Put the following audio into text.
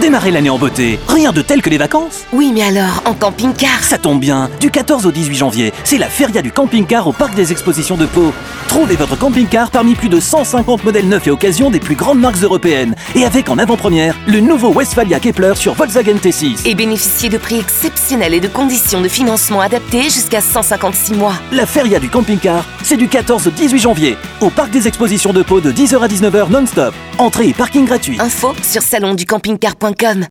démarrer l'année en beauté. Rien de tel que les vacances. Oui, mais alors, en camping-car Ça tombe bien, du 14 au 18 janvier, c'est la feria du camping-car au parc des expositions de Pau. Trouvez votre camping-car parmi plus de 150 modèles neufs et occasions des plus grandes marques européennes. Et avec en avant-première le nouveau Westphalia Kepler sur Volkswagen T6. Et bénéficiez de prix exceptionnels et de conditions de financement adaptées jusqu'à 156 mois. La feria du camping-car, c'est du 14 au 18 janvier, au parc des expositions de Pau de 10h à 19h non-stop. Entrée et parking gratuit. Info sur salonducampingcar.com.